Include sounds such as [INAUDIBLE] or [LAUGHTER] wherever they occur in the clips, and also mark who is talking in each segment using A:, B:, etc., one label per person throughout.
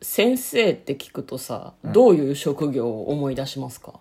A: 先生って聞くとさ、どういう職業を思い出しますか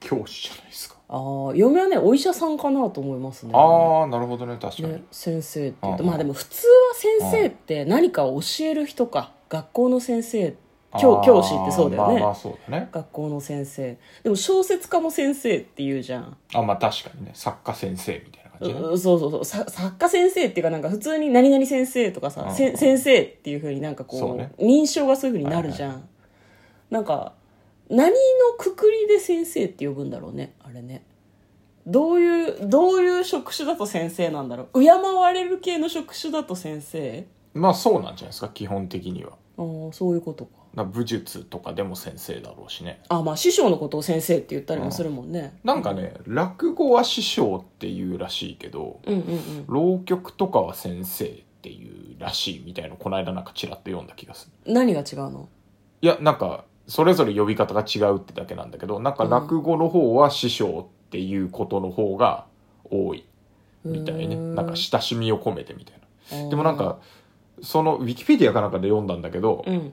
B: 教師じゃないですか
A: ああ嫁はねお医者さんかなと思いますね
B: ああなるほどね確かに、
A: ね、先生って言うと
B: うん
A: まあでも普通は先生って何かを教える人か学校の先生教教師ってそうだよね、
B: まあまあそうだね
A: 学校の先生でも小説家も先生って言うじゃん、
B: あまあ確かにね作家先生みたいな感じね
A: うそうそうそうさ作家先生っていうかなんか普通に「何々先生」とかさ、
B: うん
A: せ先生っていうふうになんか
B: そ
A: こう
B: うね
A: 認証がそういうふうになるじゃん、なんか何のくくりで先生って呼ぶんだろうねあれねどういうどういう職種だと先生なんだろう敬われる系の職種だと先生
B: まあそうなんじゃないですか基本的には
A: あーそういうことか
B: な武術とかでも先生だろうしね
A: あまあ師匠のことを先生って言ったりもするもんね、
B: なんかね落語は師匠っていうらしいけど
A: うん、うんうん
B: 浪曲とかは先生っていうらしいみたいなこの間なんかちらっと読んだ気がする
A: 何が違うの
B: いやなんかそれぞれ呼び方が違うってだけなんだけどなんか落語の方は師匠っていうことの方が多いみたいね
A: うん
B: なんか親しみを込めてみたいなでもなんかそのウィキペディアかなんかで読んだんだけど
A: うん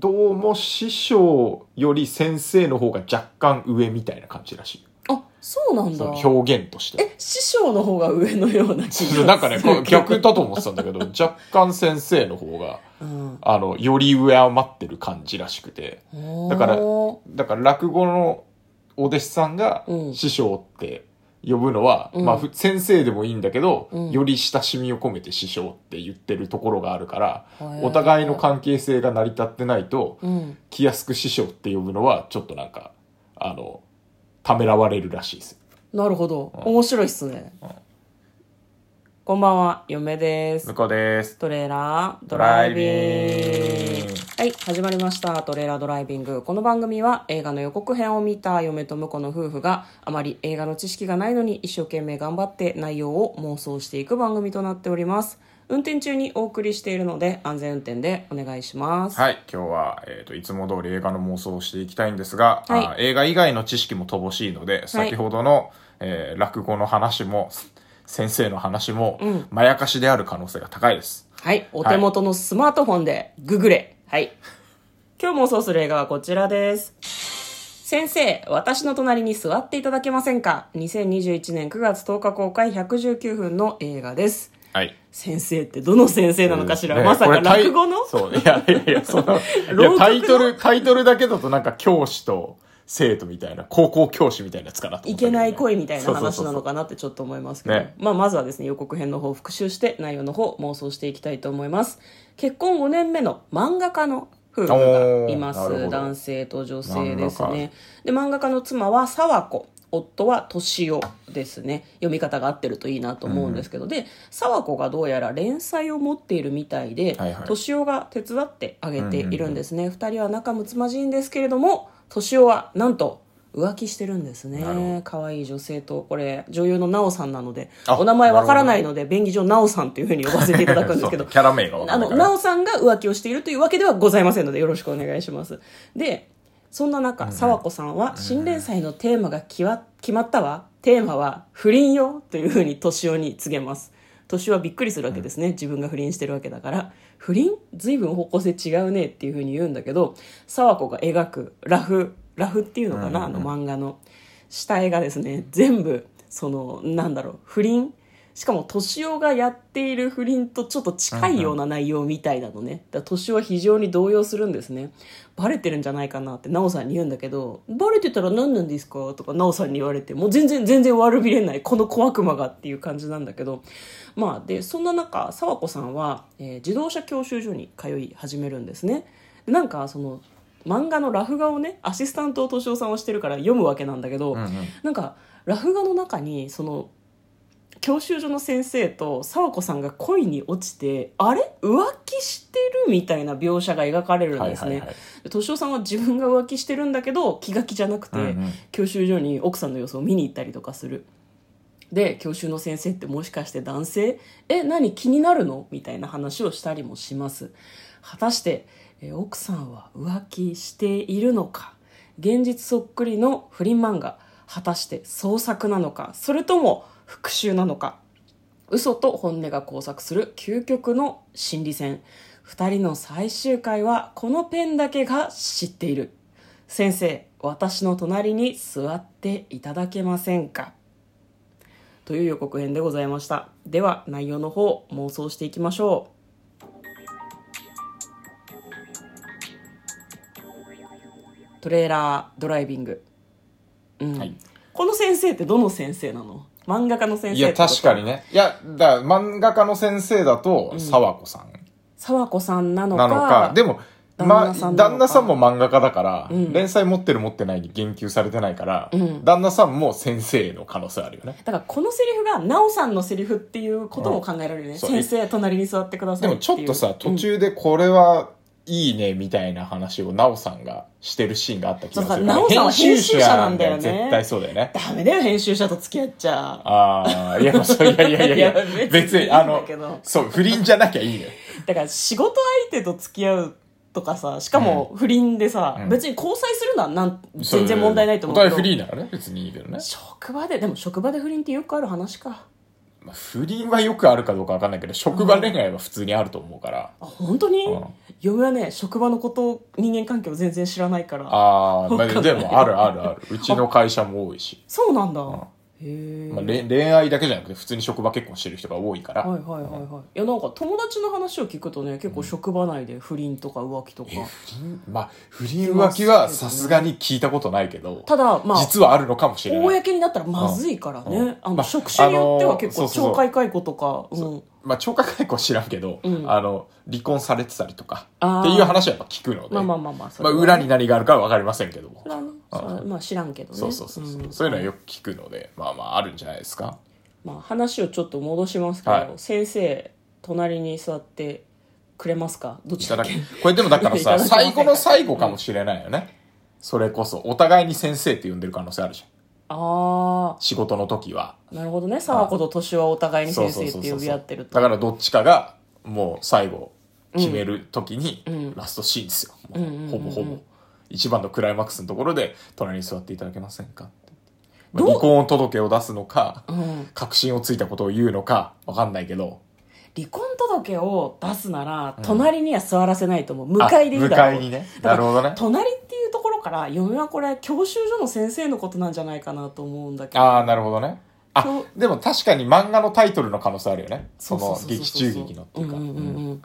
B: どうも師匠より先生の方が若干上みたいな感じらしい
A: あそうなん
B: そ
A: だ
B: の表現として
A: え師匠の方が上のような気がする
B: [LAUGHS] なんかねこ
A: [LAUGHS]
B: う逆だと思ってたんだけど若干先生の方が
A: うん
B: あのより上余ってる感じらしくてだから
A: う
B: だから落語のお弟子さんが
A: うん
B: 師匠って呼ぶのは、
A: うん
B: まあふ先生でもいいんだけど、
A: うん
B: より親しみを込めて師匠って言ってるところがあるから、
A: ん
B: お互いの関係性が成り立ってないと、
A: うん
B: 気安く師匠って呼ぶのはちょっとなんかあのためらわれるらしいです
A: なるほど
B: うん
A: 面白いっすね
B: うん
A: こんばんは嫁です
B: こうです
A: トレーラード
B: ド
A: ラ
B: ラ
A: イ
B: イ
A: ビ
B: ビ
A: ン
B: ン
A: グ
B: グ
A: はい始まりましたトレーラードライビングこの番組は映画の予告編を見た嫁と婿の夫婦があまり映画の知識がないのに一生懸命頑張って内容を妄想していく番組となっております運転中にお送りしているので安全運転でお願いします
B: はい今日は、えー、といつも通り映画の妄想をしていきたいんですが、
A: はい
B: あー映画以外の知識も乏しいので先ほどの、えー落語の話も先生の話も、
A: うん
B: まやかしである可能性が高いです
A: はい。お手元のスマートフォンでググれ。はい。今日妄想する映画はこちらです。先生、私の隣に座っていただけませんか ?2021 年9月10日公開119分の映画です。
B: はい
A: 先生ってどの先生なのかしら、まさ
B: こ
A: か
B: れタイ
A: 落語の
B: そういやいやいやそ
A: [LAUGHS]
B: のい
A: 浪曲の
B: やタイトルタイトルだけだとなんか教師と生徒みたいな高校教師みたいなやつかなと思
A: い
B: っ
A: け
B: たけどね
A: ない恋みたいな
B: そうそう
A: 話
B: そう
A: な
B: そう
A: のかなってちょっと思いますけど、
B: ね
A: まあ、まずはですね予告編の方を復習して内容の方妄想していきたいと思います結婚5年目の漫画家の夫婦がいま
B: おーなる
A: す
B: ほど
A: 男性と女性です
B: 漫
A: ねで漫画家の妻は沢子夫は敏夫ですね読み方が合ってるといいなと思うんですけど、で沢子がどうやら連載を持っているみたいで、
B: はいはい
A: 敏夫が手伝ってあげているんですね、2人は仲睦まじいんですけれども敏夫はなんと浮気してるんです
B: なるほ
A: ね可愛い女性とこれ女優の奈緒さんなので
B: あ
A: お名前わからないので便宜上奈緒さんというふうに呼ばせていただくんですけど
B: そうキャラ名がわか
A: あ
B: んな
A: の
B: いから
A: 奈緒さんが浮気をしているというわけではございませんのでよろしくお願いしますでそんな中沢子さんは新連載のテーマがきわ決まったわテーマは不倫よというふうに敏夫に告げます敏夫はびっくりするわけですね、自分が不倫してるわけだから不倫随分方向性違うねっていうふうに言うんだけど沢子が描くラフラフっていうのかな、あの漫画の下絵がですね全部そのなんだろう不倫しかも敏夫がやっている不倫とちょっと近いような内容みたいなのねだから敏夫は非常に動揺するんですねバレてるんじゃないかなって奈緒さんに言うんだけど「バレてたら何なんですか?」とか奈緒さんに言われてもう全然全然悪びれないこの小悪魔がっていう感じなんだけどまあでそんな中沢子さんは、えー自動車教習所に通い始めるんですねでなんかその漫画のラフ画をねアシスタントを敏夫さんはしてるから読むわけなんだけど、
B: うんうん
A: なんかラフ画の中にその教習所の先生と沢子さんが恋に落ちてあれ浮気してるみたいな描写が描かれるんです
B: はい
A: ね
B: はいはい
A: 敏夫さんは自分が浮気してるんだけど気が気じゃなくて、
B: うんうん
A: 教習所に奥さんの様子を見に行ったりとかするで教習の先生ってもしかして男性え何気になるのみたいな話をしたりもします果たしてえー奥さんは浮気しているのか現実そっくりの不倫漫画果たして創作なのかそれとも復讐なのか嘘と本音が交錯する究極の心理戦二人の最終回はこのペンだけが知っている。先生、私の隣に座っていただけませんかという予告編でございました。では内容の方妄想していきましょう。トレーラードライビング。うん。
B: はい
A: この先生ってどの先生なの漫画家の先生
B: いや、確かに
A: ね。
B: ね。いや、だから漫画家の先生だと、沢子さん
A: 沢子さんなのか。
B: なのか、でも、
A: 旦
B: ま
A: 那
B: あ
A: さんなのか、
B: 旦那さんも漫画家だから、
A: ん
B: 連載持ってる持ってないに言及されてないから、
A: うん
B: 旦那さんも先生の可能性あるよね。
A: だからこのセリフが奈緒さんのセリフっていうことも考えられるね、
B: んそう
A: 先生隣に座ってくださ
B: で
A: い
B: も
A: て
B: ち
A: いう
B: ょっとさ、
A: う
B: 途
A: ん
B: 中でこれはいいねみたいな話を、なおさんがしてるシーンがあった気がするから。
A: そうそうなおさんは編集者なんだよね
B: 絶対そうだよね。
A: ダメだよ編集者と付き合っちゃ
B: ああ、いや、そういやいやいや
A: [LAUGHS]
B: い
A: いや
B: や
A: 別に、い
B: 別
A: いん
B: に、
A: だ
B: あの
A: けど、
B: そう、不倫じゃなきゃいいのよ。
A: だから仕事相手と付き合うとかさしかも不倫でさ、
B: うん
A: 別に交際するのはなん全然問題ないと思う
B: お
A: け
B: 互い
A: ど
B: フリーならね、別にいいけどね。
A: 職場ででも職場で不倫ってよくある話か
B: まあ不倫はよくあるかどうかわかんないけど、職場恋愛は普通にあると思うから。
A: あ本当に、
B: うん
A: 嫁はね職場のこと人間関係を全然知らないから
B: あ
A: わ
B: あ、まあ
A: かんない
B: でもあるあるある。うちの会社も多いし。
A: そうなんだ、
B: ん
A: へえ、
B: まあ、れ恋愛だけじゃなくて、普通に職場結婚してる人が多いから。
A: はいはいはいはいいやなんか友達の話を聞くとね結構職場内で不倫とか浮気とか、
B: え不倫まあ、不倫浮気はさすがに聞いたことないけど、
A: ただまあ
B: 実はあるのかもしれない。
A: 公になったらまずいからね、
B: うんうん
A: あの
B: まあ
A: 職種によっては結
B: あ
A: 構
B: のそうそうそう
A: 懲戒解雇とか、うん
B: まあ、超過解雇は知らんけど、
A: ん
B: あの、離婚されてたりとか、
A: あー
B: っていう話はやっぱ聞くので、
A: まあまあまあまあそ
B: まあ
A: はね
B: 裏に何があるかはわかりませんけども
A: そ。れはねそれはまあ知らんけどね
B: そうそうそうそう、
A: ん
B: そういうのはよく聞くので、まあまああるんじゃないですか。
A: まあ、話をちょっと戻しますけど、
B: はい
A: 先生隣に座ってくれますかどっ
B: い
A: ち
B: た
A: だ
B: だ
A: っけ
B: き、これでもだから
A: [LAUGHS] いただ
B: さ、
A: けません
B: 最後の最後かもしれないよね。それこそ、お互いに先生って呼んでる可能性あるじゃん。
A: あ
B: 仕事の時は。
A: あなるほどね沢子と年はお互いに
B: そう
A: 先
B: そ
A: 生
B: う
A: っ
B: そう
A: て
B: そ
A: 呼
B: う
A: び合ってると
B: だからどっちかが、もう最後、決める時に、ラストシーンですよ。もうほぼほぼ。一番のクライマックスのところで、隣に座っていただけませんかって。ま
A: ど
B: あ
A: う
B: 離婚届を出すのか、
A: うん
B: 確信をついたことを言うのか、わかんないけど。
A: 離婚届を出すなら隣には座らせないと思う、向かいでいいだろう
B: あ向かいにね
A: だから
B: なるほどね
A: 隣っていうところから嫁はこれ教習所の先生のことなんじゃないかなと思うんだけど
B: ああ、なるほどね。
A: そ
B: あ
A: う、
B: でも確かに漫画のタイトルの可能性あるよね。
A: そ
B: そう
A: そう
B: の
A: そうそう
B: 劇中劇のっていうか。
A: んうん
B: うん
A: うん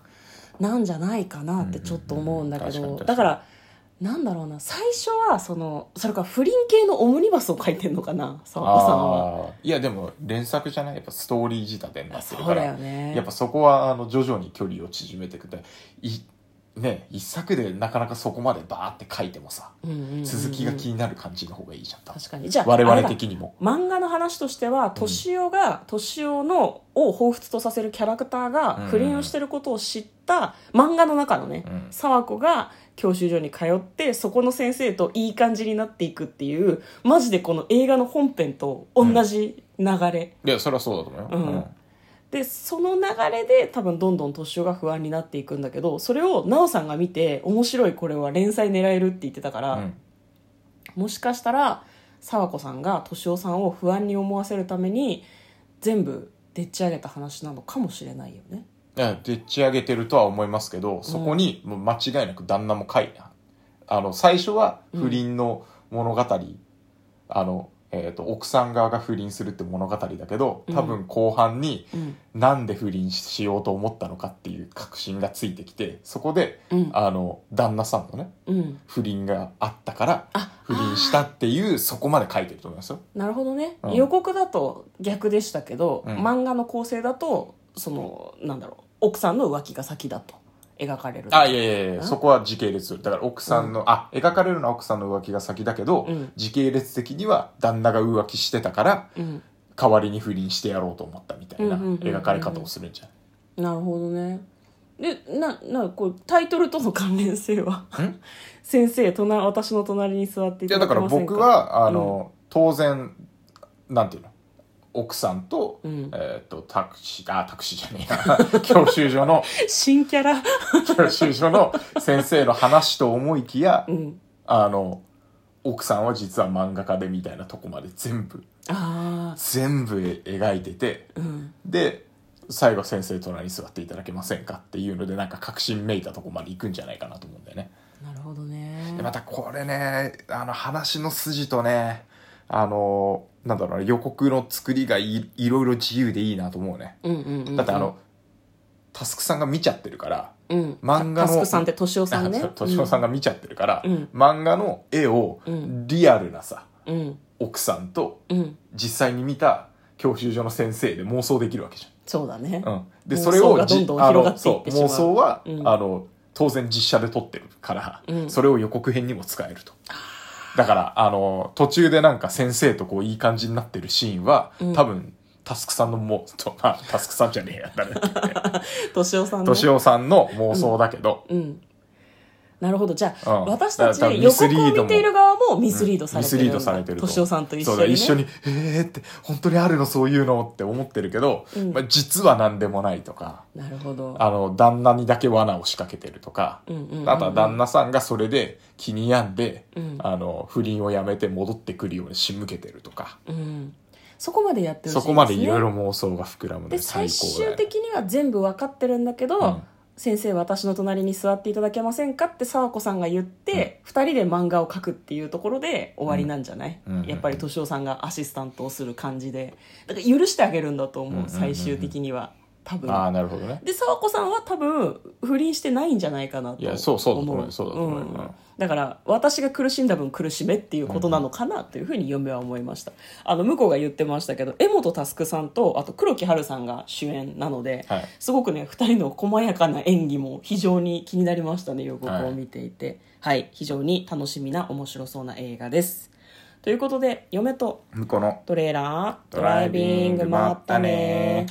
A: なんじゃないかなってちょっと思うんだけど、
B: うんうんうん確かに確かに
A: だからなんだろうな最初はそのそれから不倫系のオムニバスを書いてんのかな沢子さんは
B: あーいやでも連作じゃないやっぱストーリー仕立てになってる
A: そ
B: か
A: うだ
B: ら、
A: よね
B: やっぱそこはあの徐々に距離を縮めていくていね一作でなかなかそこまでバーって書いてもさ、
A: うんうんうんうん
B: 続きが気になる感じの方がいいじゃん多分
A: 確かにじゃあ
B: 我
A: あれ
B: 々
A: だ
B: 的にも
A: 漫画の話としては敏夫が敏夫のを彷彿とさせるキャラクターが
B: うん
A: 不倫をしてることを知った漫画の中のね
B: うん
A: 沢子が教習所に通ってそこの先生といい感じになっていくっていうマジでこの映画の本編と同じ流れ
B: いやそれはそうだと思う
A: う
B: よ、
A: んでその流れで多分どんどん敏夫が不安になっていくんだけどそれを奈緒さんが見て面白いこれは連載狙えるって言ってたから、
B: うん
A: もしかしたら沢子さんが敏夫さんを不安に思わせるために全部でっち上げた話なのかもしれないよね
B: いやでっち上げてるとは思いますけどそこにもう間違いなく旦那も書いな、あの最初は不倫の物語、あの、えー、と奥さん側が不倫するって物語だけど多分後半に
A: うん
B: なんで不倫しようと思ったのかっていう確信がついてきてそこで、
A: うん
B: あの旦那さんのね
A: うん
B: 不倫があったから
A: あ
B: 不倫したっていうそこまで書いてると思いますよ。
A: なるほどね、
B: うん
A: 予告だと逆でしたけど、
B: うん
A: 漫画の構成だとそのなんだろう奥さんの浮気が先だと描かれる
B: あ、いやいやい
A: ん
B: や、そこは時系列。だから奥さんの、あ、描かれるのは奥さんの浮気が先だけど、
A: うん
B: 時系列的には旦那が浮気してたから、
A: うん
B: 代わりに不倫してやろうと思ったみたいな
A: うんうんうんうん
B: 描かれ方をするんじゃない、
A: なるほどねでななこうタイトルとの関連性は
B: ん
A: 「 [LAUGHS] 先生隣私の隣に座ってい
B: いや、
A: た
B: だ
A: だけ
B: から
A: ませんか?」
B: 僕は、あの、当然、なんていうの奥さんと、
A: うん
B: えーっと、タクシー、あ、タクシーじゃねえな。 [LAUGHS] 教習
A: [LAUGHS]
B: 所の、
A: 新キャ
B: [LAUGHS]
A: ラ、
B: 教習所の先生の話と思いきや、
A: うん、
B: あの、奥さんは実は漫画家でみたいなとこまで全部、
A: ああ
B: 全部描いてて、
A: うん
B: で最後先生隣に座っていただけませんかっていうのでなんか確信めいたとこまで行くんじゃないかなと思うんだよね。
A: なるほどね
B: でまたこれねあの話の筋とねあのなんだろうな予告の作りがいいろいろ自由でいいなと思うね。
A: うんうんうんうん
B: だってあの、タスクさんが見ちゃってるから
A: うん
B: 漫画
A: タ
B: の
A: スクさんって敏夫さんね
B: 敏夫さんが見ちゃってるから、
A: うん
B: 漫画の絵を
A: うん
B: リアルなさ
A: うん
B: 奥さんと
A: うん、うん、
B: 実際に見た教習所の先生で妄想できるわけじゃん。
A: そうだね、
B: うん、で
A: 妄想
B: それを
A: が
B: じ
A: どんどん
B: あの
A: 広がっていって
B: そう妄
A: しまう
B: 想は、
A: うん
B: あの当然実写で撮ってるから、
A: うん
B: それを予告編にも使えるとだからあの途中でなんか先生とこういい感じになってるシーンは、
A: うん
B: 多分タスクさんのもうと、まあ、タスクさんじゃねえや誰だっ [LAUGHS] け
A: 敏夫さんね
B: 敏夫さんの妄想だけど、
A: うんなるほどじゃあ、
B: うん
A: 私たち
B: だから多分
A: 予
B: ミスリードも
A: 告を見ている側もミスリードされ
B: ミ
A: て
B: ス
A: る
B: リ
A: ん
B: ー
A: だ
B: ドされてる
A: 敏夫さんと一
B: そう
A: 緒
B: だ
A: に、ね、
B: 一緒に「えー」って本当にあるのそういうのって思ってるけど、
A: うん
B: まあ、実は何でもないとか
A: なるほど
B: あの旦那にだけ罠を仕掛けてるとか、
A: うんうんうんうん
B: あとは旦那さんがそれで気に病んで、
A: うん
B: あの不倫をやめて戻ってくるように仕向けてるとか、
A: うんそこまでやってほしい
B: そこまでいろい
A: ろ
B: ろ妄想が膨らむの
A: で
B: で最
A: 最
B: 高だよ
A: 終的には全部分かってるんだけど、
B: うん
A: 先生私の隣に座っていただけませんかって沢子さんが言って、二人で漫画を描くっていうところで終わりなんじゃない、
B: うんうん
A: やっぱり敏夫さんがアシスタントをする感じでだから許してあげるんだと思う,、
B: うんうんうん
A: 最終的には多分
B: ああなるほどね
A: で沢子さんは多分不倫してないんじゃないかなと
B: い
A: 思
B: や
A: う
B: そうそうだと思うそうだと思う
A: うん
B: うん
A: だから私が苦しんだ分苦しめっていうことなのかなというふうに嫁は思いました、あの向こうが言ってましたけど柄本佑さんとあと黒木華さんが主演なので、
B: はい
A: すごくね2人の細やかな演技も非常に気になりましたね予告を見ていてはい、非常に楽しみな面白そうな映画ですということで嫁と
B: 向こうの
A: トレーラード
B: ドライビング
A: ま
B: まったね